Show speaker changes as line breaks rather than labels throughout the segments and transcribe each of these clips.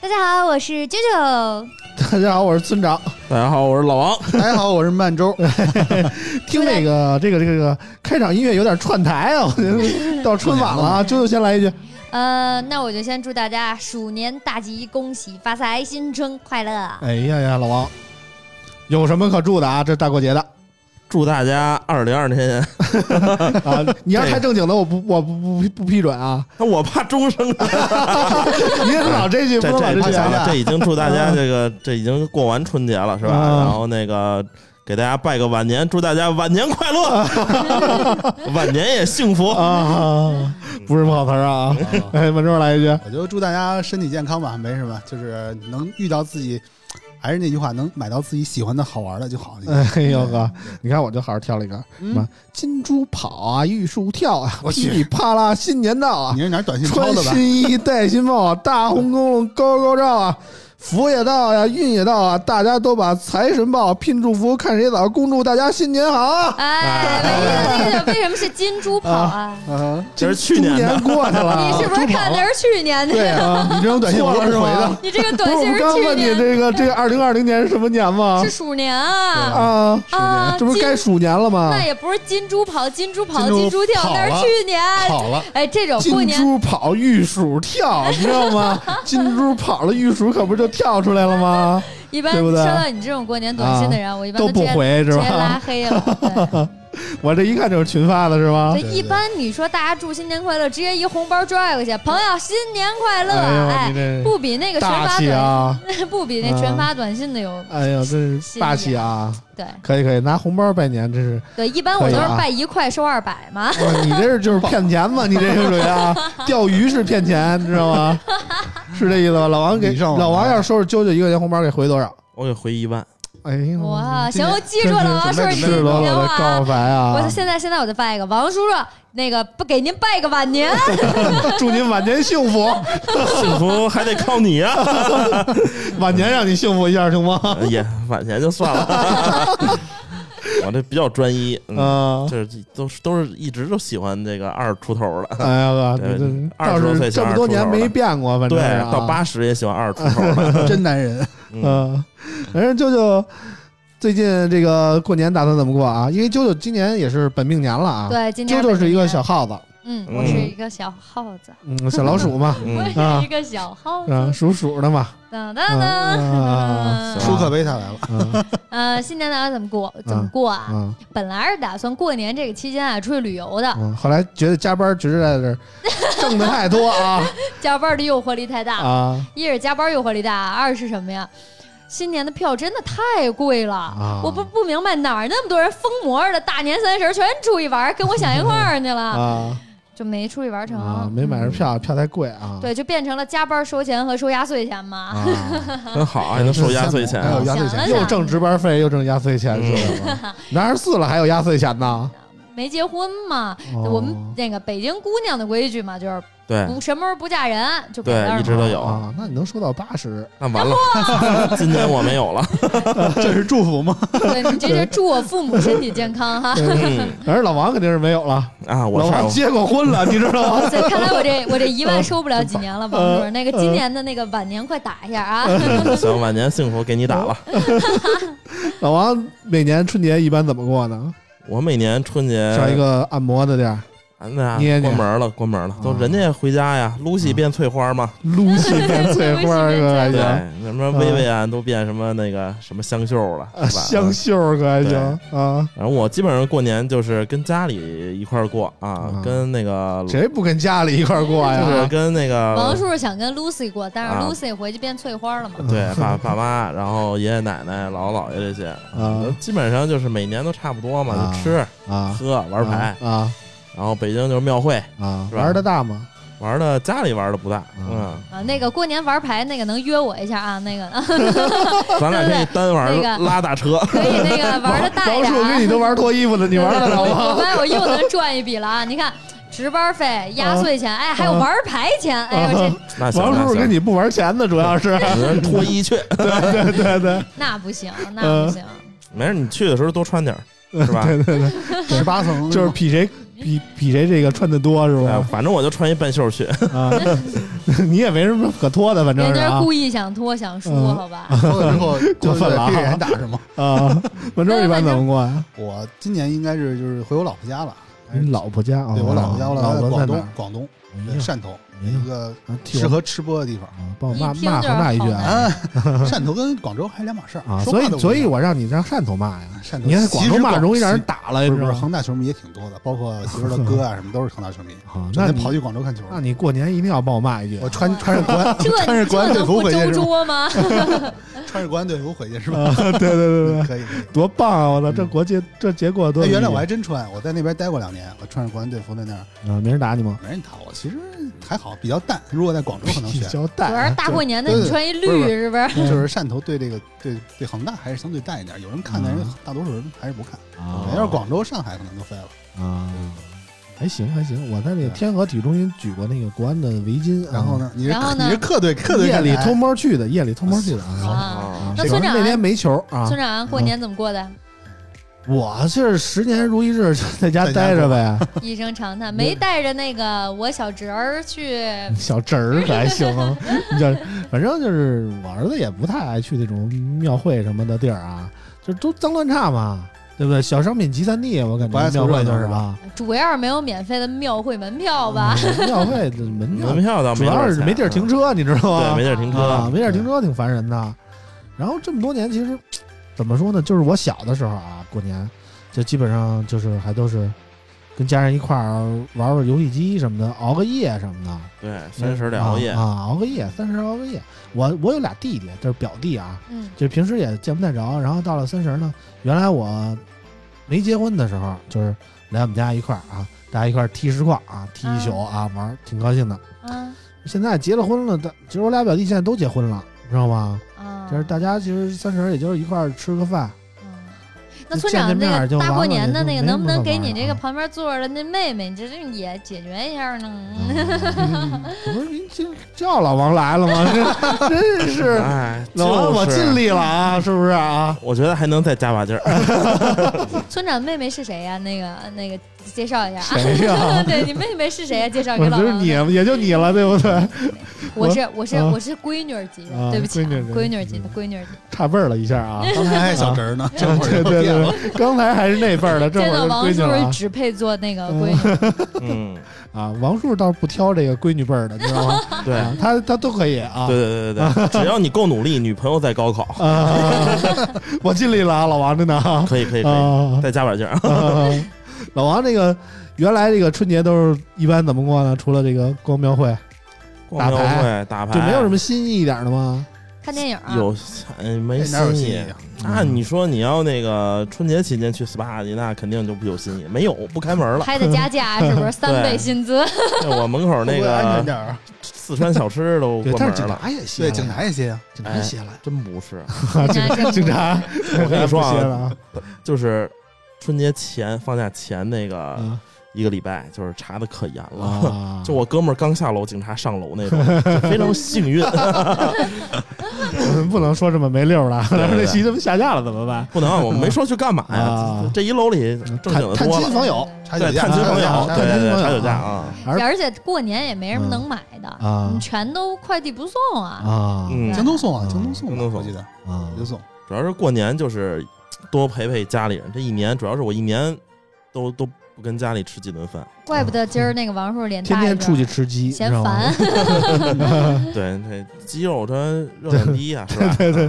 大家好，我是啾啾。
大家好，我是村长。
大家好，我是老王。
大家好，我是曼周。
听这个这个这个这个开场音乐有点串台啊，我觉得到春晚了啊，啾啾先来一句。
呃，那我就先祝大家鼠年大吉，恭喜发财，新春快 乐。
哎呀呀，老王，有什么可祝的啊？这大过节的
祝大家二零二 年，
啊，你要太正经的，我不我不不不批准啊。
那我怕终生。
你也老这句，不
这
能
这嗯
老这句啊。
这这已经祝大家这个这已经过完春节了是吧？
啊
然后那个给大家拜个晚年，祝大家晚年快乐， 晚年也幸福。
啊，不是不好词儿啊！
哦
哎，文 州来一句，
我就祝大家身体健康吧， 没什么，就是能遇到自己，还是那句话，能买到自己喜欢的好玩的就好。
哎呦哥，你看我就好好挑了一个什
嗯
么金猪跑啊，玉树跳啊，
我
噼
去
里啪啦，新年到啊
你，是哪儿短信抄
穿
的吧？
新衣戴新帽啊，大红灯笼高高照啊，福也到呀、运也到啊，大家都把财神报，拼祝福，看谁早，恭祝大家新年好啊！
哎，为什么为什么是金猪跑啊？
嗯，
这是去
今
年的
年过去了啊，
你是不是
哦猪跑
看的是去年的？
对啊，你这种短信我都不回
错了是吗
的。
你这个
不是
短
我
信
不
是
刚
去
问你
年，
这个这个二零二零年是什么年吗
是？鼠年啊
啊，
啊！
这不是
金
该鼠年了吗？
那也不是金猪跑，金猪跑，
金猪
金猪跳，
跑
那
了
是去年。
好了，
哎，这种过
金
年
猪跑，玉 鼠跳，你知道吗？金猪跑了，玉鼠可不就跳出来了吗？
一般
对不
收
对
到你这种过年短信的人，我一般
都
直
不
接
回是
直接拉
吧？
黑了。对
我这一看就是群发的是吧
所？
对
以一
对
般你说大家祝新年快乐，直接一红包拽过去，朋友新年快乐，
哎呦，
哎
你，这
不比那个群
大
发
气
短，
啊！
不比那群发短信的有，
哎呦，真是霸气啊！
对
可以可以，拿红包拜年，真是
对，一般我都是
可以啊哎
拜一块收二百嘛，
哇你这是就是骗钱嘛？你这是属 于啊，钓鱼是骗钱，知道吗？是这意思吧？老王给
你上网
老王要是收拾啾啾一块钱红包，给回多少？
我给回一万，
哎呦，
哇，
今
行，
天
我记住了，啊王叔
真
叔，
是
你
赤
听
裸裸的
话
告
啊。
白
我
啊！
现在现在我就拜一个，王叔叔，那个不给您拜个晚年，
啊祝您晚年幸福，
幸福还得靠你啊！
晚年让你幸福一下行吗？
也晚年就算了， 我这比较专一。嗯，
啊，
这是都是都是一直都喜欢这个二十出头的。
哎呀哥，
对
这这
二
倒
十多
是
岁
这
像
么
二
多
十出
年
头
没
了
变过，反正
对
是啊，
到八十也喜欢二十出头 的。
真男人，
嗯，，
嗯，反正舅舅最近这个过年打算怎么过啊？因为舅舅今年也是本命年了啊，
对，今
舅
天
舅是一个
本命年
小，耗子，
嗯，我是一个小耗子，
嗯，小老鼠 嘛
嗯
我是一个小耗子，
啊，属鼠的嘛，
噔噔
啊
噔，
舒克贝塔来了。
嗯
呃，新年打算怎么过？怎么过啊？
嗯
本来是打算过年这个期间啊出去旅游的，
嗯，后来觉得加班觉得在这儿挣的太 多啊
加班的诱惑力太大。
啊
一是加班诱惑力大，二是什么呀？新年的票真的太贵了，
啊
我不不明白哪儿那么多人疯魔似的，大年三十儿全出去玩儿，跟我想一块儿去了，
啊
就没出去玩成。嗯
啊，没买着票，票太贵啊，
对，就变成了加班收钱和收压岁钱嘛。
啊，
真好，还能收压岁
还
钱。啊
有压岁
想了
钱，
又挣值班费又挣压岁钱，知道 吗？男二十四了还有压岁钱呢，
没结婚嘛，
哦
我们那个北京姑娘的规矩嘛，就是
对
不什么时候不嫁人就搁那
对，
儿
一
嘛
直都有。
啊，那你能收到八十？
那完了， 今年我没有了。
这是祝 福吗？
对你这是祝我父母身体健康哈。
嗯
反正老王肯定是没有了，
啊，我
老王
是
结过婚了， 你知道吗？
哇塞，看来 我这我这一
嗯
万收不了几年了，王主任。那个今年的那个晚年快打一下啊！
嗯
我行，晚年幸福给你打了。
老王每年春节一般怎么过呢？
我每年春节啊
上一个按摩的地儿
那
捏啊嗯捏
关门了，关门了，都人家回家呀。露西变翠花嘛，
露西变翠花儿可还
对
行，，
什么薇薇安都变什么那个什么香秀了，
啊
是吧？
香秀儿可还行啊，
然后我基本上过年就是跟家里一块儿过啊
嗯，
跟那个
谁不跟家里一块儿过
就是
呀？
跟那
王
个
叔叔想跟 Lucy 过，但是
啊
Lucy 回去变翠花了嘛。
嗯
对爸爸妈，然后爷爷奶奶、姥姥姥爷这些，
啊
基本上就是每年都差不多嘛，
啊
就吃
啊，
喝玩牌，
啊
然后北京就是庙会，
啊，
是吧
玩的大吗？
玩的家里玩的不大，
啊
嗯，
啊，那个过年玩牌那个能约我一下啊？那个
嗯咱俩可以单玩
那个
拉大车，
可以，那个玩的大一
王
点
叔
啊。
跟你都玩脱衣服的，你玩 得了
我
啊
吗？
发现我又能赚一笔了啊！你看，值班费、压
嗯
岁钱，哎，还有玩牌钱，哎呦这
那行
王
那
叔叔
行嗯
跟你不玩钱的，主要是
只能脱衣去，
对对 对，
那不行，
嗯
那不行。
没事，你去的时候多穿点儿，是吧？
对对对，
十八层
就是比 谁比比谁这个穿的多是
哎
吧？
反正我就穿一半袖 去，
啊，你也没什么可脱的，反正
人
是
家
啊
是故意想拖想
嗯
输，好吧？
脱了之 后
过分了啊
闭着眼打是吗？
啊。文州一般怎么过呀？
我今年应该是就是回我老婆家了，
你老婆家啊？
对我老婆家，我
老
老婆在广
婆在哪
东
儿？，
广东
哎
对
呀
汕头
哎呀
一个
啊替我
适合吃播的地方。
啊帮我
一
骂
听
骂
就
恒
是
大一句
好
啊
啊， 汕头跟广州还两码事儿
啊！
说
所
话
以
都不
所以
一样
我让你让汕头骂呀，
汕头
你看
嗯其
广
实
州骂容易让人
其
打了，
不是
你知
不
道
是，
吗？
恒大球迷也挺 多的，包括媳妇儿的哥啊什么都是恒大球迷，
啊，
整
那
天
你
跑去广州看球。
那你啊过年一定要帮我骂一句
我 穿穿着国安
这
穿着国安
这
队
能
服
不
回去
周
是吗？
桌 吗？
穿着国安队服回去是吧？
啊！ 对对对对对，
可以可以。
多棒啊！我操，这国际这结果多
哎，
有意义！
原来我还真穿，我在那边待过两年，我穿着国安队服在那儿，
啊，没人打你吗？
没人打我，其实还好，比较淡。如果在广州可能
比
选，
较
主要是
淡，
大过年的，
对
你穿一绿
不是不
是不是？
嗯
就是汕头对这个对对恒大还是相对淡一点，有人看，但是
嗯
大多数人还是不看。哎
啊
要是广州、上海可能就飞了。
啊，还行还行。我在那个天河体育中心举过那个国安的围巾，
然后？呢，你是
然后呢
你是客队客队
嗯夜里
看台
偷摸去的，夜里偷摸去的
哎
啊。
啊，
啊
那
谁
村长
那天没球啊
村，长过年怎么过的？
我是十年如一日，就在家
在家
待着呗。
一声长 叹，没带着那个我小侄儿去。
小侄儿可还行， 你这反正就是我儿子也不太爱去那种庙会什么的地儿啊，就都脏乱差嘛，对不对？小商品集散地，我感
不爱
觉
凑
庙
热
会就
闹
是
是
吧
吧，
主要是没有免费的庙会门票吧？
嗯庙会的 门票
门票倒
主
没多少
要是
钱
没地儿停，
啊
车，你知道
嗯对，
吗
没？地儿停
啊
车，，
没地儿停车挺烦人的。然后这么多年，其实怎么说呢，就是我小的时候啊，过年就基本上就是还都是跟家人一块儿玩玩游戏机什么的，熬个夜什么的。
对，三十得熬夜
啊，啊，熬个夜，三十熬个夜。我我有俩弟弟，这是表弟啊，
嗯，
就平时也见不太着。然后到了三十呢，原来我没结婚的时候，就是来我们家一块儿啊，大家一块儿踢实况啊，踢一
嗯
宿啊，玩儿挺高兴的。
啊
现在结了婚了，但其实我俩表弟现在都结婚了，你知道吗？
啊，
就是大家其实三十也就是一块儿吃个饭，
嗯那
就
村
见
长
见面
那
儿就
个大
完
过
了
年的
就
那个，
没
能
什
不
么
能
可
给
玩
你
的
这个
啊
旁边坐着的那妹妹，这这也解决一下呢？
嗯我说您这叫老王来了吗？这 真是
哎，
老王，我
就是
尽力了啊，是不是啊？
我觉得还能再加把劲儿。
村长妹妹是谁呀？那个那个，介绍一下啊。
谁呀、
对你妹妹是谁呀？介绍
我
给老
就是
王
你，
的。
也就你了，对不对？
我是我是
啊
我是闺女儿级的，
啊
对不起啊，
闺女儿级的
闺女儿级的闺女儿级的。
差辈儿了一下啊！
刚才还小侄 儿呢，这会儿
对
就
对
变了。
对，刚才还是那辈儿的，这
真
会儿啊
的，
就
王
闺女
叔
了
叔只配做那个闺女。
嗯，
啊！王叔倒是不挑这个闺女辈儿的，你知道吗？
对，
啊他他都可以啊。
对对对对对，只要你够努力，女朋友在高考，
啊， 我尽力了啊，老王真的啊。
可以可以可以，
啊
再加把劲儿。
啊老王这个原来这个春节都是一般怎么过呢？除了这个逛庙会，
逛庙会打牌
就没有什么新意一点的吗？
看电影啊，
有哎没
这哪有
新
新
意
意。啊？
那你说你要那个春节期间去 SPA 去，那肯定就不有新意，没有不开门 了。
拍的加价是 不是三倍薪资？
对啊我门口那
会不会安全
个
点儿啊，
四川小吃都
对，
关
但是警
门了，
察也歇
对
了呀，
警察也歇啊呀。
警
哎
察也歇了呀，
真不是。
警察警察，
我跟你说
不歇
啊，
了啊
就是春节前放假前那个
啊
一个礼拜，就是查的可严了。
啊！
就我哥们儿刚下楼，警察上楼那种，就非常幸运，
不能说这么没溜儿 了，
对对对
这期他们下架了怎么办？
不能，我们没说去干嘛呀
啊？
这一楼里正经的
探
多
亲
了，
访友，查酒
对，
驾，
探亲
访
朋友，
啊
对对对，
探亲访友
查酒驾
啊
啊，
而
而且过年也没什么
嗯
能买
啊
的，你全都快递不送啊。
啊
嗯，
京东送啊，
嗯
京东送吧，
京东送
我记得
啊
我就送。
主要是过年就是多陪陪家里人，这一年主要是我一年都都不不跟家里吃几顿饭。
怪不
啊
得今儿那个王叔脸
天
大一
天
点，
出去吃鸡，
哎嫌
知道吗
烦。嗯
对，那肌肉它热量低啊 呀、是吧？对对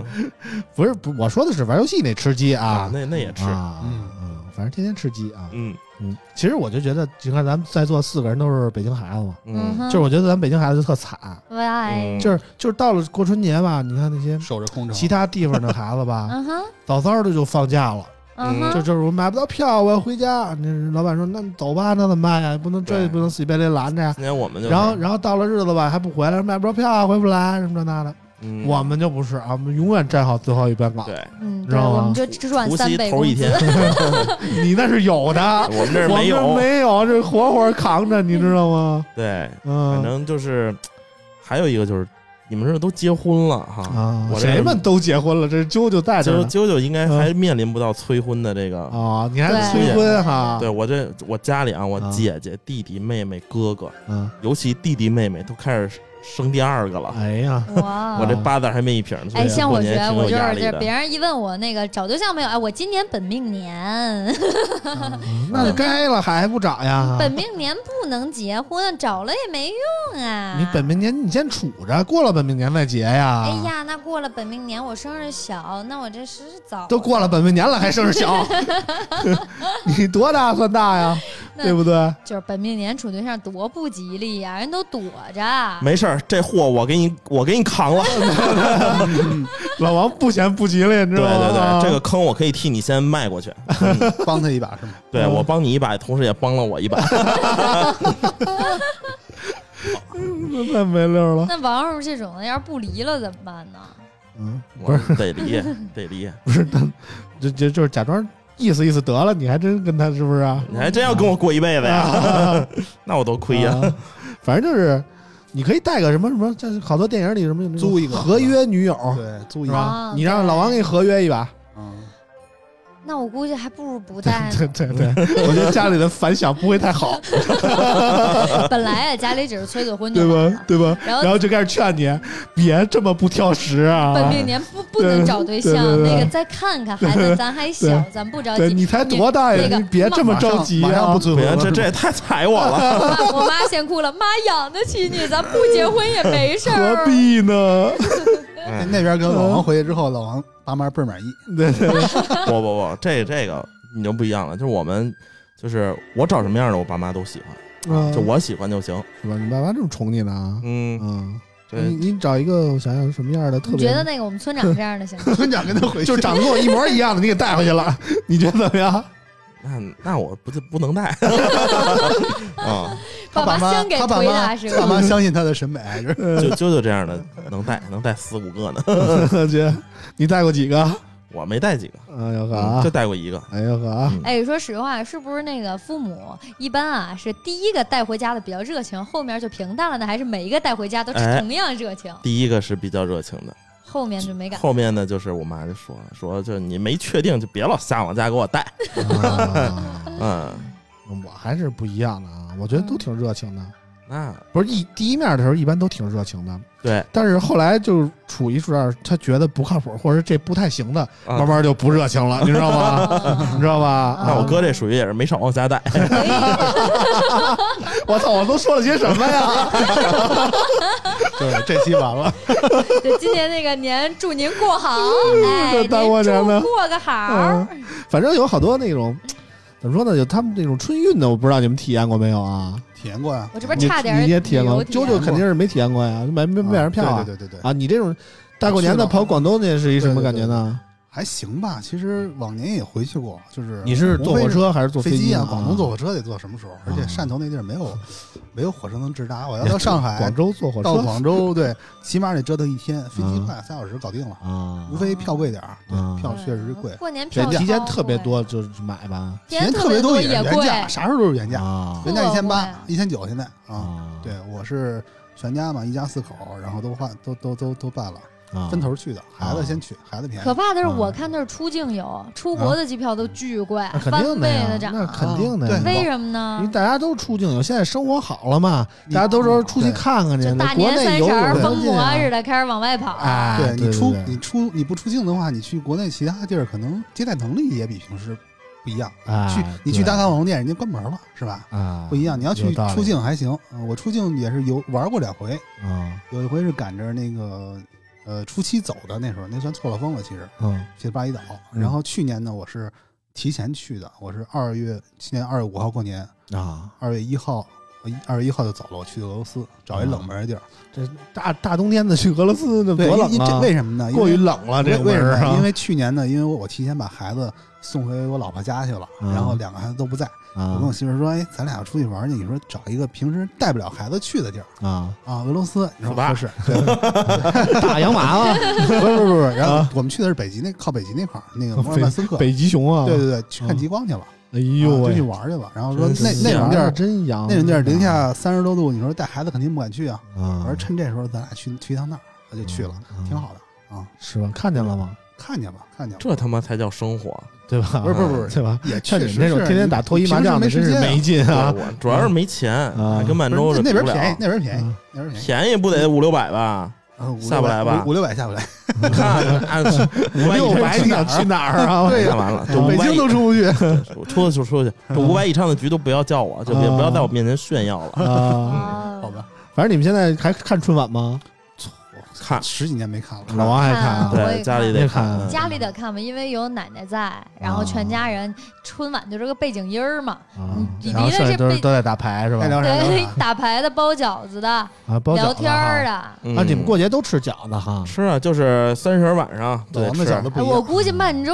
不是，不是，我说的是玩游戏那吃鸡
啊
啊，，
那那也吃。
啊，
嗯
嗯，反正天天吃鸡啊。
嗯
嗯，其实我就觉得，你看咱们在座四个人都是北京孩子嘛，
嗯
嗯
哼，哎
就是我觉得咱们北京孩子就特惨，
喂，
就是就是到了过春节吧，你看那些
守着空城，
其他地方的孩子吧，
嗯哼，
早早的就放假了，
嗯
就
哼，
就是我买不到票，我要回家。那老板说那你走吧，那怎么办呀？不能这
对
也不能死乞白赖拦着呀。
今天我们就是，
然后，然后到了日子吧，还不回来，买不着票，回不来，什么这那的。
嗯
我们就不是啊，我们永远站好最后 一班岗。
对
嗯，
知
对，
道吗
我们就只赚
除
三
夕
倍
头
工
一
资，
天，
你那是有的，
我们这儿
我们
没
这儿
有。
没有，这活活扛着，你知道吗？
对，
嗯，
反正就是还有一个就是，你们这都结婚了哈，
啊，
我这
谁们都结婚了，这啾啾带着
啾
呢
啾啾应该还面临不到催婚的这个。
啊，你还
对
催婚啊哈？
对，我这我家里啊，我
啊
姐姐、弟弟、妹妹、哥哥，
嗯，
尤其弟弟妹妹都开始生第二个了，
哎呀，
哇，
我这八字还没一撇呢。所以
哎，像
过
我
年
学，
挺
我
有
就
压
是
力
就是
的
别人一问我那个找对象没有，哎，我今年本命
啊
年，
嗯
那就该了，还不找呀？
本命年不能结婚，找了也没用啊。
你本命年你先处着，过了本命年再结呀。
哎，呀，那过了本命年，我生日小，那我这是早啊
都过了本命年了还生着 小， 你多大算大呀？
那
对不对？
就是本命年处对象多不吉利呀、人都躲着。
没事儿，这货我给你我给你扛 了。
老王不嫌不吉利，你
对
知道吗？
对
啊
对，这个坑我可以替你先迈过去。嗯
帮他一把是吗？
对
嗯
我帮你一把，同时也帮了我一 把。
太没溜了。
那王叔这种的，要是不离了怎么办 呢？
嗯，不
我
是
得离，得离。
就就就是假装意思意思得了，你还真跟他是不是嗯啊？
你还真要跟我过一辈子呀？ 那我多亏哎呀！
啊反正就是，你可以带个什么什么，像好多电影里什么有那种
租一个
合约女友
对，租一
是
把，
吧
啊？
你让
对
老王给你合约一把，
嗯，
那我估计还不如不带
对
呢。
对对，我觉得家里的反响不会太好，
本来啊，家里只是催催婚就
对
好
吧
了？。
对啊吧？
然后
然后就开始劝你别这么不挑食啊！
本命年不不能找对象，
对对对
那个再看看，孩子，咱还小，咱不着
对
急。
你才多大
那
呀？
个
你别这么着急
马上
啊
不！催
不
婚
行，
了，
这这也太踩我了。
我妈 我妈先哭了，妈养得起你，咱不结婚也没事儿。
何必呢？
那
嗯
哎
那边跟老王回去之后，老王爸妈倍儿满意，
对对对，
不不不，这这个你就不一样了。就是我们，就是我找什么样的，我爸妈都喜欢，
嗯
就我喜欢就行。
是吧？你爸妈这么宠你呢啊？
嗯，
嗯，
对，
你你找一个，我想想什么样的 特
你
别？
觉得那个我们村长这样的行 吗？
村长跟他回去
就长得跟我一模一样的，你给带回去了， 你觉得怎么样？
那那我不不能 带啊，
他爸
爸
妈
先给
他爸
推
妈
的是
他爸
吧？
妈相信他的审美，就是
就就就这样的能带能带四五个呢，
姐，你带过几个？
我没带几个，
哎呦
就
啊
呵，
带过一个。
哎呦呵，
哎，说实话，是不是那个父母一般啊，是第一个带回家的比较热情，后面就平淡了呢？还是每一个带回家都
哎
同样热情，
第一个是比较热情的，
后面就没 敢？
后面呢就是我妈就说说，就是你没确定就别老瞎往家给我带，
啊
嗯，
我还是不一样的啊，我觉得都挺热情的。
那
不是一第一面的时候，一般都挺热情的，
对，
但是后来就处一处二，他觉得不靠谱，或者这不太行的，
啊
慢慢就不热情了，你知道吗？ 你
嗯
知道吧？
那我
啊
哥这属于也是没少往家带，
我操，我都说了些什么呀？
对，这期完了，
对，今年那个年祝您过好，哎，
嗯这
您
大过
祝
年的
过个好儿
嗯。反正有好多那种，怎么说呢？有他们那种春运的，我不知道你们体验过没有啊？
体验过呀，
我这边
你
差点儿
你也体验过，
旅游
啾啾肯定是没体验过呀，买没买
啊
上票啊？
对对对对对，
啊，你这种大过年的
去了
跑广东去是一什么感觉呢？
还行吧。其实往年也回去过，就是
你是坐火车还是坐
飞
机
机啊，
啊？
广东坐火车得坐什么时候？而且汕头那地儿没 有没有火车能直达，我要到上海
广，州坐火
到
车
广州，对，起码得折腾一天，飞机
嗯
快仨小时搞定了，
啊
无非票贵点儿，
嗯
对，票确实贵，
过年
对
票
提
哦
前
超
特别
贵，
多，就是买吧
提前
特
别
多
也
是原
贵，
价，啥时候都是原价，
啊
原价一千
特贵
八、一千九现在啊。
啊
对，我是全家嘛，一家四口，然后都换都都都都办了，
啊
分头去的，孩子先去，孩子便宜
可。怕的是，
啊
我看那是出境游，出国的机票都巨贵，
嗯那肯
翻
定的
倍
呀
的，涨。
那肯定的
哦对
为什
呀。
么
因为
呢？
大家都出境游，现在生活好了嘛，
你
大家都说出去
对
看看去
就
了
大，
嗯国
年
内
三
游
十儿
有
疯
劲
魔
啊
似的开始往外跑。
哎
对你
对
出
对对
你出你不出境的话，你去国内其他地儿可能接待能力也比平时不一样。
哎，
去你去
对
打卡网红店，人家关门了，是吧？
啊，
不一样，你要
有
去
道理
出境还行，嗯我出境也是有玩过两回，
啊，
有一回是赶着那个呃初七走的，那时候那算错了峰了，其实
嗯
去巴厘岛。
嗯
然后去年呢，我是提前去的，我是二月去年二月五号过年，
啊，
二月一号呃二月一号就走了，我去俄罗斯找一冷门的地儿。
这大大冬天的去俄罗斯，那
对，
啊多冷
因为这
啊！
为什么呢？因
过于
为
冷了，这
为为什么
门儿
呢？
啊
因为去年呢，因为我提前把孩子送回我老婆家去了，
嗯
然后两个孩子都不在。我跟我
啊
媳妇说：“哎，咱俩要出去玩去，你说找一个平时带不了孩子去的地儿
啊，
啊，俄罗斯，你说
好吧
合适？对
大洋马
啊
嘛，
不是不是不是。然后我们去的是北极那靠北极那块儿，那个摩尔曼斯克。
北极熊啊，
对对对，去看
嗯
极光去了，
哎呦
啊就去
喂，
玩去了。然后说
真是
那那种地
洋
儿
啊，真洋，
那种地儿零下三十多度，你说带孩子肯定不敢去啊。
啊，
我说趁这时候咱俩去去一趟那儿，我就去了，
嗯
挺好的啊。
是吧？看见了吗？
看见吧，看见吧，
这他妈才叫生活。
对吧？
不是不是不是
对吧？
也
像
确
你
实
们那种
是
天天打脱衣麻将的，
你平
真
时
是
没时间啊
没劲啊！
我主要是没钱，
啊
还跟满
不
洲
是
这
那那边
比不了
便宜，那边便宜，那边便宜，
便宜不得五六百吧？
啊五六
下不
百
来吧
五五六百下不来。
看，按五百
六
以
百
上
你想去哪儿 啊？
对
看完了，就
北
五百
京
以
都出不去。
我出去就出去，这五百以上的局都不要叫我，就别
啊
不要在我面前炫耀了。
啊，
哦
好吧，
反正你们现在还看春 晚吗？
看，
十几年没看了。
老王爱看啊
我也
对，家里
也
得
看
看，
家里得看嘛，因为有奶奶在，然后
哦
全家人春晚就是个背景音儿 嘛，
啊
嗯你
然后
别
剩下
是
都是
被
都在打牌是吧
该？聊啥聊
对
啥，，
打牌的、包饺子的、
哎
啊，包
聊
饺子
天儿
哈。
的。
嗯
啊，你们过节都吃饺子哈？
吃啊，就是三十晚上
老
对
王的饺子
吃
不
哎，
一
我
样。
估计
嗯
满洲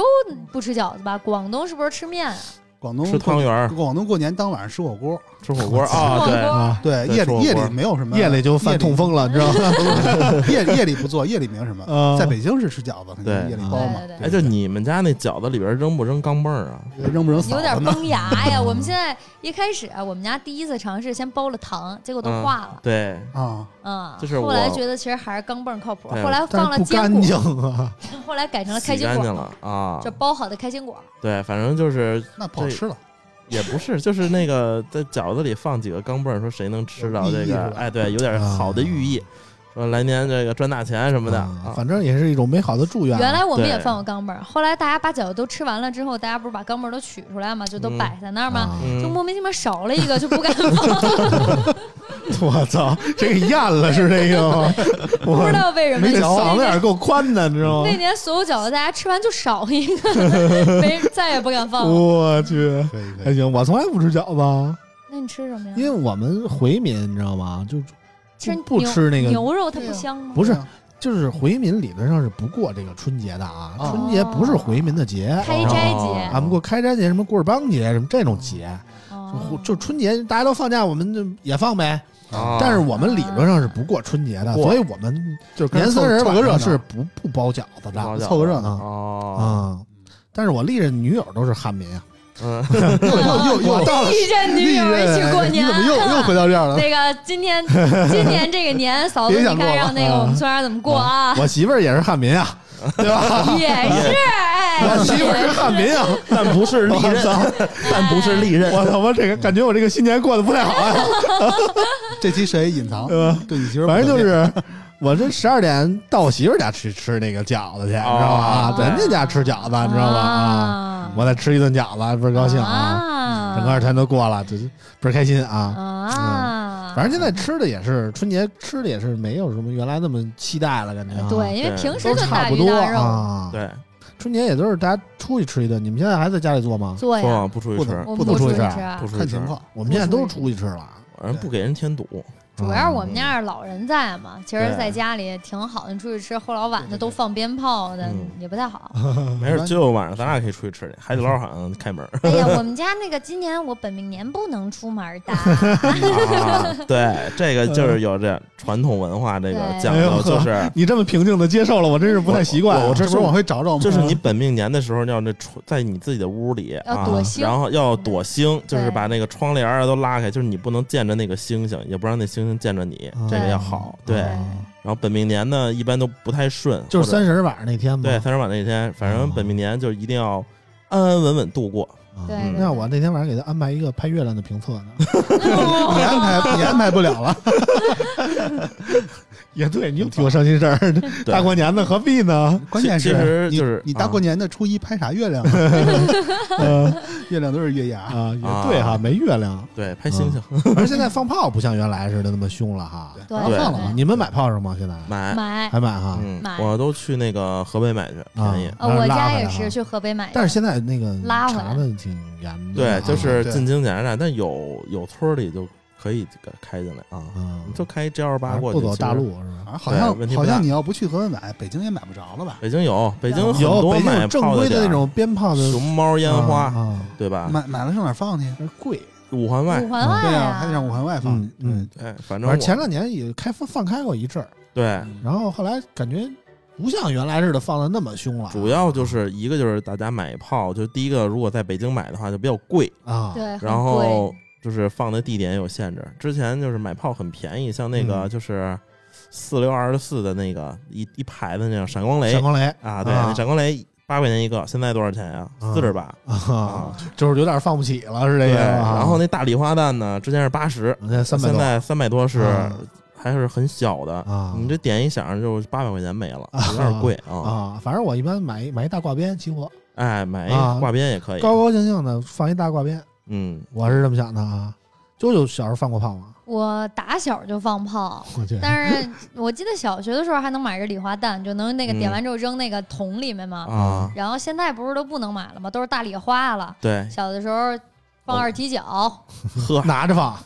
不吃饺子吧，广东是不是吃面啊？
广东
吃汤圆儿，
广东过年当晚上吃火锅，
吃火锅
吃火
啊，对，
锅
啊，
对，
对
夜
吃火
里
锅
夜里没有什么，啊
夜里就犯痛风了，你知道吗？
夜夜里不做，夜里没有什么
啊。
在北京是吃饺子，肯定
对
夜里包嘛
对对。对
哎，就你们家那饺子里边扔不扔钢镚儿啊？
扔不扔
有
嫂
点
子呢？
崩牙呀。 我们现在一开始啊，我们家第一次尝试先包了糖，结果都化了。
对，
啊，
嗯，
嗯就是我
后来觉得其实还是钢镚儿靠谱，
对
后来
但
放了
是不
坚
干净
果，
啊！
后来改成了开
洗
心
干净
果，
了啊
就。包好的开心果。
对，反正就是
那不好吃了。
也不是，就是那个在饺子里放几个钢镚儿，说谁能吃到这
有寓意
个
是？吧
哎，对，有点好的寓意，说来年这个赚大钱什么的。
啊
啊
反正也是一种美好的祝愿。啊
原来我们
对
也放过钢镚儿，后来大家把饺子都吃完了之后，大家不是把钢镚儿都取出来嘛，就都
嗯
摆在那儿嘛，
啊，
嗯
就莫名其妙少了一个，就不敢放，
我操，这个咽了是这 个吗？
不知
我
道为什么。
没这
啊
嗓子
那
眼儿
年
够宽的，你知道吗
那？年所有饺子大家吃完就少一个， 没再也不敢放了。
我去，
可以可
还
以，
行，我从来不吃饺子啊，
那你吃什么呀？
因为我们回民，你知道吗？就
吃
不
牛
吃那个
牛肉，它
对
不
呀
香吗？
不是
啊
就是回民理论上是不过这个春节的啊，
哦
春节不是回民的节，
开斋
哦
节
啊，我们过开斋节、什么棍儿帮节、什么这种节，
哦
就春节大家都放假，我们就也放呗。
啊
但是我们理论上是不过春节的，
过
所以我们
就
年三十
凑
晚
个热
上
闹
是不不包饺子的
包饺子
凑个热
闹
哦，
啊。但是我历任女友都是汉民啊，
嗯，
又又又又到了
遇见女友一起过年，
你怎么又又回到这儿了？
那个今天今年这个年，嫂子
别
你
想过
该
了
让那个我们村儿怎么过啊？
我媳妇儿也是汉民啊，对吧？
也是，哎，
我媳妇儿是汉民啊，
但不是利
我
刃，
操！
哎
但不是利
啊
刃。
我他妈这个感觉我这个新年过得不太好啊。
这期谁隐藏？
呃
对你媳妇儿不
反
尊敬，
正就是，我这十二点到我媳妇儿家去吃那个饺子去，你知道吧？
哦
在人家家吃饺子，你知道吧？啊，
啊
我再吃一顿饺子，倍儿高兴啊！
啊
整个二天都过了，这倍儿开心啊！
啊，
嗯反正现在吃的也是春节吃的也是没有什么原来那么期待了，感觉啊
对，因为
对
平时
都
就
差
大
不
鱼
多
大肉
啊。
对，
春节也都是大家出去吃一顿，你们现在还在家里做吗？
做呀
不，不出去
不
吃
能，
我
不
们
能
出
出去
去
吃
吃
啊。
不出去
看
吃
情，况。
我们现在都是出去吃了，
反正不给人添堵。
主要是
嗯
我们家是老人在嘛，其实在家里挺好的，你出去吃后老晚的都放鞭炮的
嗯
也不太 好。
没事，今儿晚上咱俩可以出去吃去，海底捞好像开门。
哎呀，我们家那个今年我本命年不能出门的，
啊，对，这个就是有这传统文化这个讲究，就是
你这么平静的接受了，我真是不太习惯啊。
我我
这
这
不是往回找找吗？
就是你本命年的时候要那出在你自己的屋里
要
啊
躲，星。嗯
然后要躲星，就是
对
把那个窗帘啊儿都拉开，就是你不能见着那个星星，也不让那星星见着你，
啊
这
哎
个要好。对，嗯
对
然后本命年呢一般都不太顺，
就是
或者
三十晚上那天嘛。
对三十晚那天，反正本命年就一定要安安稳稳度过。
啊
对
嗯
对，
那我那天晚上给他安排一个拍月 亮的评测呢，
你安排你安排不了了，
也对，你又替我伤 心事儿，大过年的何必呢？
关键
其实
是你
就是
你
啊
大过年的初一拍啥月亮啊？
呃
月亮都是月牙。
啊，也对哈，
啊
没月亮，
对，拍星星，
而现在放炮不像原来似的那么凶了哈。
对
不让放了
啊
嘛。
你们买炮是吗？现在
嗯买，
买呃
还买哈？
嗯
买，
我都去那个河北买去，
啊
便宜。
呃，
然后
我
拉
家
回来
也
哈
是去河北买的，
但是现在那个
拉回来
查的挺严的
对
啊，
就是
对
进京检查站，但有有村儿里就可以给开进来啊，
啊
你，就开 G 二八
反
过
正
去。
不走
其
大
实
路是吧？
啊，好像
对问题不
好
大
像你要不去河北买，北京也买不着了吧？
北京有，北京
有
很
有
多
北京
卖
有正
炮
规的
点
那
儿
种鞭炮的
熊猫烟
啊
花，
啊，
对吧？
买买了上哪儿放去？
啊
贵。
五环外
五，环外
对
啊
啊，还得让五环外放
嗯。嗯，
哎，反正
反正
我
前两年也开放放开过一阵儿，
对，
然后后来感觉不像原来似的放的那么凶了。
主要就是一个就是大家买炮，就第一个如果在北京买的话就比较贵，
啊，
对，很
然
贵
后就是放的地点也有限制。之前就是买炮很便宜，像那个
嗯
就是四六二十四的那个一一排的那种闪光雷
闪光雷
啊，对，
啊
那闪光雷八块钱一个，现在多少钱呀？
啊
四十八。
啊，就是有点放不起了，是这
对，
个啊。
然后那大礼花弹呢，之前是八十，
现在三百
现
多
在嗯三百多是
啊
还是很小的
啊
你这点一响就八百块钱没了，有点贵啊。
啊，反正我一般买一买一大挂鞭齐活，
哎，买一
啊
挂鞭也可以。
高高兴兴的放一大挂鞭，
嗯，
我是这么想的啊。舅舅小时候放过炮吗？
我打小就放炮，
我去，
但是我记得小学的时候还能买着礼花弹，就能那个点
嗯
完之后扔那个桶里面嘛。
啊，
然后现在不是都不能买了吗？都是大礼花了。
对，
小的时候放二踢脚，
呵，
拿着放，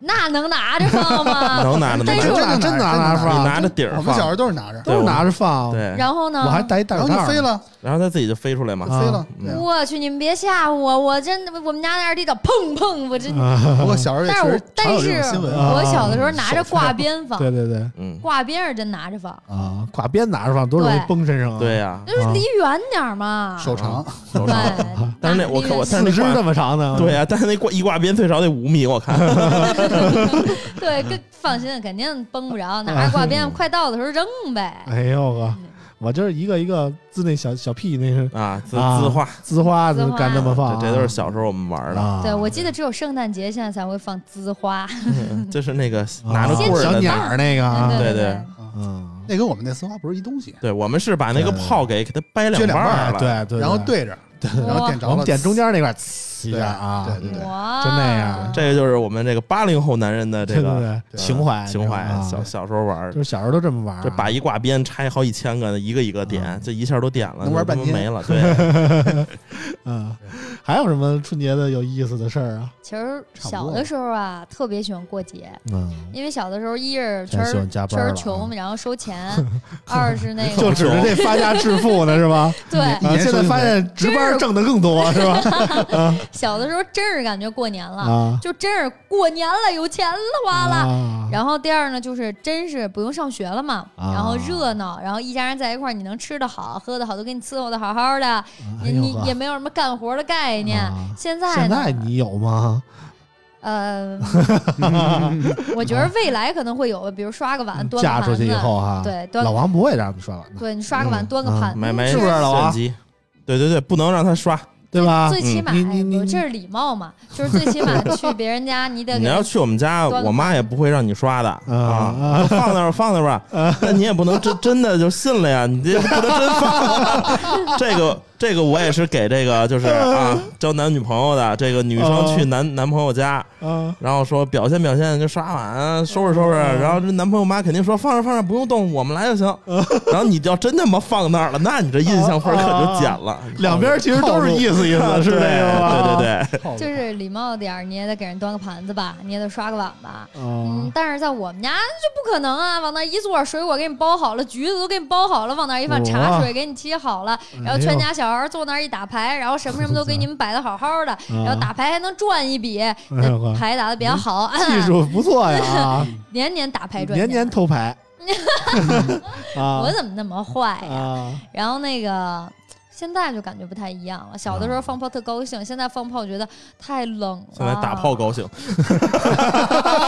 那能拿着放吗？
能拿着能
但
拿
是
着，
拿
真
真
拿
拿着
真
你
放，
拿着底儿
我
放，
们小时候都是拿着，
都是拿着放，
对，
然后呢？
我还
嗯
带一
然
袋
后
袋
就
儿
飞
呢。
了，
然后它自己就飞出来嘛
就。
啊
飞了。
嗯
对啊
我去，你们别吓我！我真的，我们家那二踢脚砰砰，我真。
啊
不过小时候也
但
确
是
实常有这种新
我，但是
闻啊。
我小的时候拿着
手枪
挂鞭放，
对对对，
嗯，
挂鞭是真拿着放，
啊，挂鞭拿着放多容易
对
崩身上啊。
对，呀，
就是离远点儿嘛。
手长，
嗯
手
对
长。，但是那我
离
看我
远
但是那
四肢
挂
那么长啊呢。
对呀，但是那挂一挂鞭最少得五米，我 看。
对，跟放心，肯定崩不着，拿着挂鞭，快到的时候扔呗。
哎呦我，
嗯
我就是一个一个滋那小小屁那是
啊，自
啊
自画，
滋花，
滋花
敢这么放啊，
这这都是小时候我们玩 的，
啊。
对，我记得只有圣诞节现在才会放滋花，
就是那个
啊
拿着棍儿
小
的那
鸟儿那个啊，
对对
对，
嗯，
那跟我们那丝花不是一东西，
对，我们是把那个
对
炮给给它掰
撅两
半
半
儿
哎
了，
对对，
然后对 着，然后点着
我
了，
们点中间那块儿呲一下啊，
对对对
哇，
就那样
这个就是我们这个八零后男人的这
对
个
对
呃
对，情怀
情怀
啊，
小小时候玩儿
就，是小时候都这么玩儿啊，
这把一挂鞭拆好几千个，一个一个点，这一下都点了，
能玩
都他
半
妈
天
没了，对，
嗯，还有什么春节的有意思的事儿啊？
其实
差不多
小的时候啊，特别喜欢过节，
嗯，
因为小的时候一是
现
确
在喜
实
欢加
确
班了
实
啊
穷，然后收钱；二是 那
就
个
指着这发家致富呢是吧？
对，
啊，
年
现在
收入
发现值班挣的更多是吧？
小的时候真是感觉过年了，
啊，
就真是过年了，有钱了花了。
了
然后第二呢，就是真是不用上学了嘛，
啊
然后热闹，然后一家人在一块儿，你能吃的好，喝的好，都给你伺候的好好的，你你也没有什么干活的概念。
啊
现在
哎现
呢
在你有吗？
呃，
嗯
我觉得未来可能会有，比如刷个碗、端个
嗯嫁
盘
出
子
去以，后哈，
对，端
老王不会让你刷碗的，
对你刷个碗、
嗯
端个
啊
盘子，
买买
是
不是老王
相机，对对对，不能让他刷，
对吧？嗯
最起码
你你你
哎这是礼貌嘛，就是最起码去别人家你得
你
给
要去我们家，
端
我妈也不会让你刷的
啊
啊，放那儿放那儿吧，但你也不能真真的就信了呀，你这不能真放。这个这个我也是给这个就是啊交男女朋友的这个女生去男男朋友家，
啊
然后说表现表现，就刷碗啊收拾收拾，然后这男朋友妈肯定说放着放着不用动，我们来就行。然后你要真他妈放那儿了，那你这印象分儿可就减了，
两边其实都是意思意
啊
思，是这
对
个吧？
对对对，
就是礼貌点儿，你也得给人端个盘子吧，你也得刷个碗吧。
对，
嗯
啊，
但是在我们家就不可能啊！往那一坐，水果给你包好了，橘子都给你包好了，往那一放，
哇
茶水给你沏好了，
哎
然后全家小孩儿坐那儿一打牌，然后什 么什么都给你们摆的好好
啊
的，
哎
然后打牌还能赚一笔，
呦 呵
那牌打的比较好，啊
技术不错呀， 啊
年年打牌赚
嗯年年
钱。
偷牌啊
我怎么那么坏呀？
啊
然后那个现在就感觉不太一样了。小的时
啊
候放炮特高兴，现在放炮觉得太冷了。
现在打炮高兴。
啊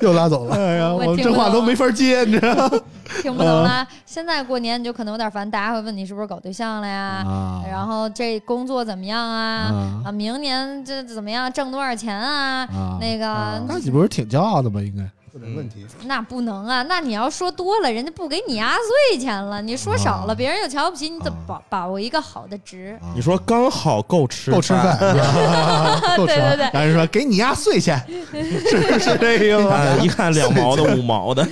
又拉走了。
哎呀，
我
我
听
这
不
话都
懂
没法接，你知道吗？
听不懂啦。现在过年你就可能有点烦，大家会问你是不是搞对象了呀？
啊
然后这工作怎么样啊？
啊
啊，明年这怎么样？挣多少钱啊？
啊
那个
那你不是挺骄傲的吗？应该
这问题。
那不能啊！那你要说多了，人家不给你压岁钱了；你说少了，
啊
别人又瞧不起你，怎么
啊
把把握一个好的值？
啊
你说刚好够吃
够吃饭，，够吃
对对对
饭。然后人说给你压岁钱，是是这嗯意思吗？
啊一看两毛的、五毛的，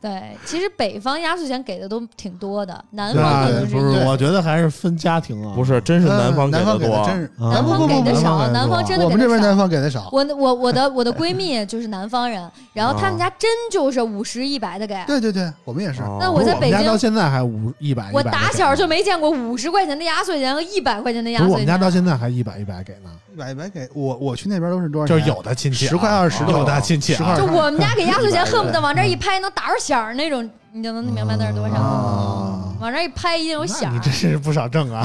对，其实北方压岁钱给的都挺多的，南
对
方
吧
可能
对
是
不是，
对
我觉得还是分家庭啊，
不是，真是南方给
嗯南
嗯
的
方给
多
的，真是，
啊
哎
南
不
方
不
给
不
的
不，
少，
南方给的多
南方真的
我
给
们这
的
边
少
南方给的少。
我我我的我的闺蜜就是南方人，然后
哦
他们家真就是五十一百的给。
对对对，我们也是。
啊
哦
那我在
我
北
们家到
京，
现在还五一百，
我
100
打
给
小就
呢
没见过五十块钱的压岁钱和一百块钱的压
不是我
岁
们家
钱。
到现在还一百一百给呢，
一百一百给我，我去那边都是多少
就
钱？
是有的亲戚啊
十块二十的哦
有的亲戚
十块
啊
二
就
十
我们家给压岁钱，恨不得
对
往
嗯
这儿一拍，能打着响儿那种，你就能明白那是多少。
啊
啊，
往这儿一拍，一定有响
那你
儿
真。是不少挣啊！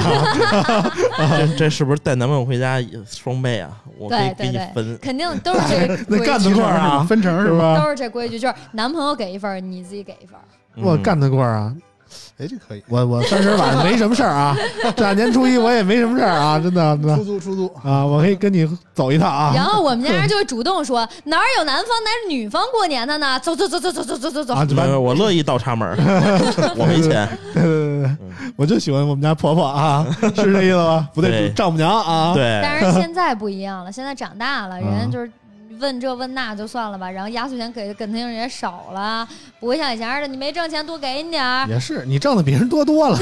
啊这这是不是带男朋友回家也双倍啊？我可
对
以给
对
你
对
分，
肯定都是这
哎那
规
干得
矩
过，啊，
分成是
是
吧？
吧？
都是这规矩，就是男朋友给一份儿，你自己给一份儿。
我
嗯
干得过啊！
哎，这可以。
我我三十晚上没什么事儿啊， 这两年初一我也没什么事儿啊，真的真的
出租出租，
啊，我可以跟你走一趟
然
啊
后我们家人就会主动说，哪儿有男方哪儿有女方过年的呢？走走走走走走走走走
啊！。就
嗯没
把
有，我乐意倒插 门儿，我没钱。
对对对对，我就喜欢我们家婆婆啊， 是这意思吧？不嗯对，
对
丈母娘啊，
对，
但是现在不一样了，现在长大 了，
嗯
人就是问这问那就算了吧，然后压岁钱给的肯定也少了，不会像以前似的，你没挣钱多给你点儿。
也是你挣的比人多多了，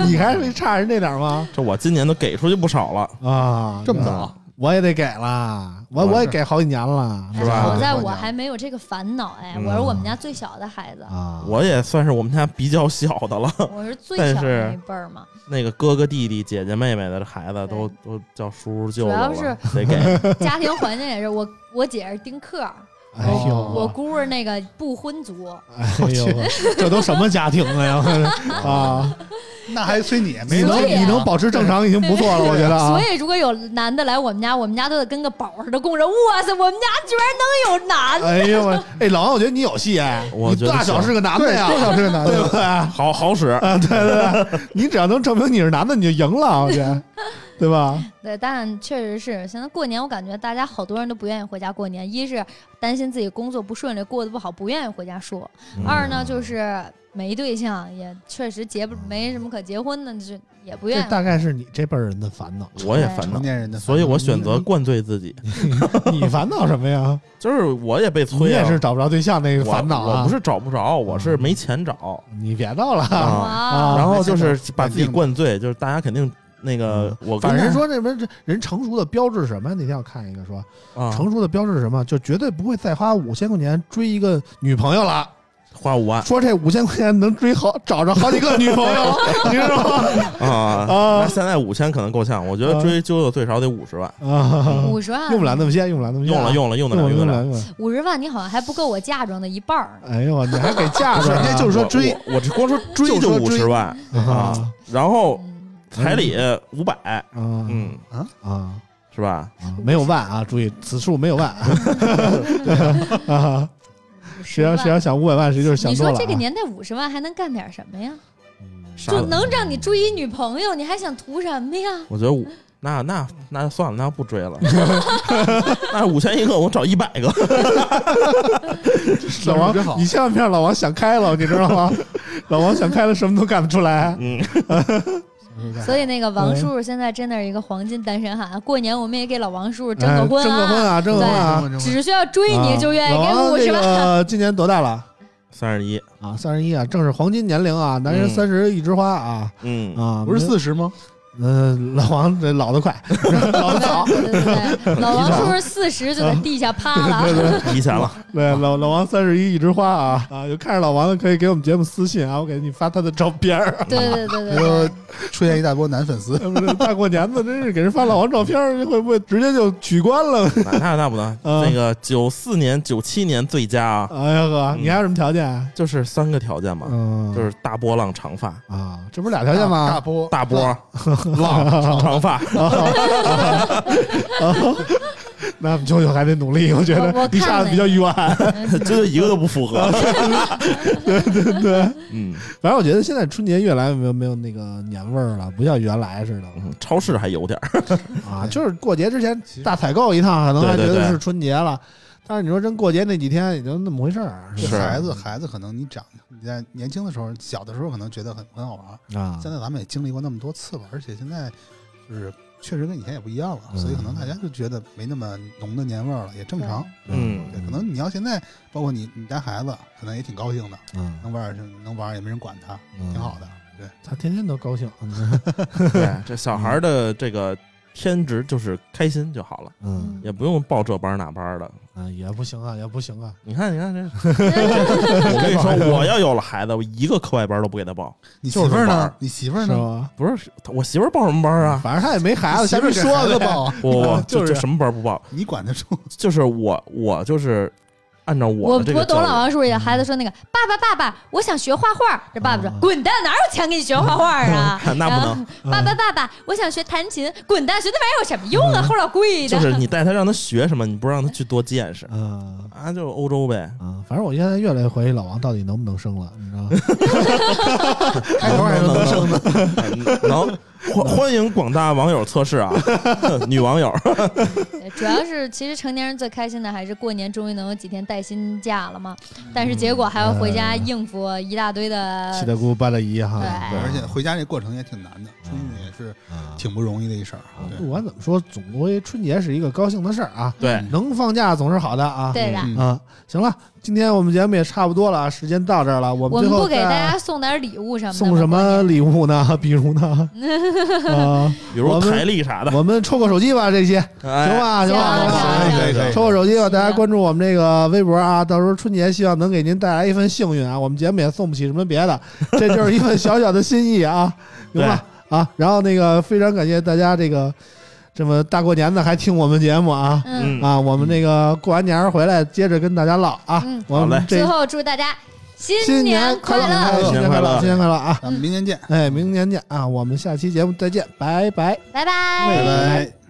你还没差人这点儿吗？
这我今年都给出去不少了，
啊，
这么
那
早
我也得给啦，我
我
我也
是
给好几年了，
是吧
哎好在我还没有这个烦恼，哎，
嗯
我是我们家最小的孩子，
啊，
我也算是我们家比较小的了。
我是最小
但
的
是
那一辈儿嘛，
那个哥哥、弟弟、姐姐、妹妹的孩子都都叫叔叔、舅
主
舅
要
了
是
得 给。
家庭环境也是，我我姐是丁克儿，
哎呦，
哦
哦
我姑是那个不婚
啊
族，
哎呦，这都什么家庭了呀？ 啊，
那还催你？
你
没
能
所以啊
你能保持正常已经不错了，我觉得啊
所。以如果有男的来我们家，我们家都得跟个宝似的供着。哇塞，我们家居然能有男的！
哎呦我，哎，老王，我觉得你有戏哎，
我
你
觉得
大小
行
是个男的
对，
呀，
多少是个男
对
的
不？对？啊，
好好使，
对对对，你只要能证明你是男的，你就赢了，我觉得，对吧？
对，但确实是现在过年，我感觉大家好多人都不愿意回家过年，一是担心自己工作不顺利，过得不好，不愿意回家说；
嗯
二呢就是没对象，也确实结不没什么可结婚的，就是也不
这
愿意。
大概是你这辈儿人的烦恼。
我也烦
成
恼，
年人的，
所以我选择灌醉自己。
你烦恼什么呀？
就是我也被
嗯你
催、啊，
也是找不着对象那个
我
烦恼啊？嗯
我不，是找不着，我是没钱找。
你别闹了。
啊
哇，
然后就是把自己灌醉，就是大家肯定那个我跟
嗯反正说这边这人成熟的标志是什么呀？那天我看一个说，
啊，
成熟的标志是什么？就绝对不会再花五千块钱追一个女朋友了。
花五万
说这五千块钱能追好找着好几个女朋友， 你知道吗？
啊，
啊
那现在五千可能够呛，我觉得追啾啾最少得五十万，
啊，
五十万，
用不了那么些，用不了那么些，
用了用了用得了
用
用得
了
了。
用了。
五十万，你好像还不够我嫁妆的一半儿呢。
哎呦，你还给嫁着呢，
人家就是说追
我，我我这光说追
就
就
说
五
追
十万啊
啊，
然后
嗯，
彩礼五百，
啊
嗯，
啊
是吧？
啊！没有万啊，注意此处没有万啊！
50
谁要
万
谁要想五百万，谁就是想
你
多
说
了啊。
这个年代五十万还能干点什么呀？
啥
就
了
能让你追一女朋友，你还想图什么呀？
我觉得五。那那那算了，那不追了。那五千一个，我找一百个。
老
真
王，
好
你千万别让老王想开了，你知道吗？老王想开了，什么都干得 出来。
嗯，
所以那个王
嗯
叔叔现在真的是一个黄金单身汉，过年我们也给老王叔叔
哎
征个婚
征个婚
啊！
啊，征个婚啊！
只需要追你就愿意
啊
给五十
老王
万，
这个今年多大了？
三十一，
啊，三十一啊，正是黄金年龄啊，男人
嗯
三十一枝花啊
嗯，
啊，
不是四十吗？
呃，老王这老得快， 老得早，
对对对对， 老王叔叔四十就在地下趴了，
提前了。
对，老老王三十一一枝花啊啊！有看着老王的可以给我们节目私信啊，我给你发他的照片儿。
对对对对
又
对，
出现一大波男粉丝，
哎不是大过年的，真是给人发老王照片儿，会不会直接就取关了？
那那那不能，
嗯
那个九四年、九七年最佳啊，
哎呀呵，你还有什么条件啊？
就是三个条件嘛，
嗯，
就是大波浪长发，
啊，这不是俩条件
大
吗？
波
大波浪长发，
那我们舅舅还得努力，我觉
我我看
得一下子
了
比较冤。
这一个都不符合。对对对，嗯
反正我觉得现在春节越来越没有没有那个年味儿了，不像原来似的了
嗯，超市还有点儿，
啊。就是过节之前
其实
大采购一趟，可能还觉
对对
得
对
是春节了。但是你说真过节那几天也就那么回事儿，
对
是
孩子，孩子可能你长你在年轻的时候，小的时候可能觉得很很好玩儿，
嗯
啊
现在咱们也经历过那么多次了，而且现在就是确实跟以前也不一样了，
嗯
所以可能大家就觉得没那么浓的年味儿了，也正常。
嗯
对，可能你要现在，包括你你带孩子，可能也挺高兴的，
嗯
能玩儿能玩儿也没人管他，挺
挺
好的。对，
他天天都高兴，
对，这小孩儿的这个天职就是开心就好了，
嗯
也不用报这班儿那班儿的。
啊也不行啊，也不行啊，
你看，你看这，我跟你说，我要有了孩子，我一个课外班儿都不给他报。
你媳
就是
妇儿
玩
呢
儿？
你媳妇儿
是
呢？
吧？
不是我媳妇儿报什么班儿啊？
反正他也没孩子，
媳
瞎
妇儿
逼
给
说
孩子
的呗。
抱，
我我就
就是
这什么班儿不报？
你管得住？
就是我我就是按照
我
我的这
我
个
懂
教
老
育，
王叔叔，孩子说那个爸爸爸爸，我想学画画。这爸爸说
啊
滚蛋，哪有钱给你学画画啊？
那不能，
然后爸爸爸爸，我想学弹琴，滚蛋，学那玩意儿有什么用啊？后老贵
就
的。
是你带他让他学什么，你不让他去多见识
嗯
啊，就是欧洲呗。
啊，反正我现在越来越怀疑老王到底能不能生了，你知道吗？
开头还能能生呢？
能欢欢迎广大网友测试啊，女网友，
对呃主要是其实成年人最开心的还是过年终于能有几天带薪假了嘛，但是结果还要回家应付一大堆
七
的。
大姑八大姨哈，
对
而且回家这过程也挺难的，出去也是
啊
挺不容易的一事儿。
啊
对
不，管怎么说，总归春节是一个高兴的事儿啊，
对
嗯
能放假总是好的啊。
对的，
嗯
啊，行了，今天我们节目也差不多了，啊，时间到这儿了，我
我
最
们
后
不给
再
大家送点礼物什么的吗。
送什
过
么
年？
礼物呢？ 比如呢？啊，
比如
我们
台历啥的，
我们抽个手机吧，这些
哎
行吧？行吧，
行
吧
行
可以可以
抽个手机吧，大家关注我们这个微博啊，到时候春节希望能给您带来一份幸运啊。我们节目也送不起什么 别的，这就是一份小小的心意啊，行吧？啊，然后那个非常感谢大家这个这么大过年的还听我们节目啊
嗯
啊，我们那个过完年儿回来接着跟大家唠啊
嗯，
我
好
们
嘞
这
最后祝大家
新
新
年
快
乐，
乐，
新
新
年
年快
快乐，
乐
新年快乐啊！
咱们明年见，
哎，明年见啊！我们下期节目再见，拜拜。
拜拜
拜拜。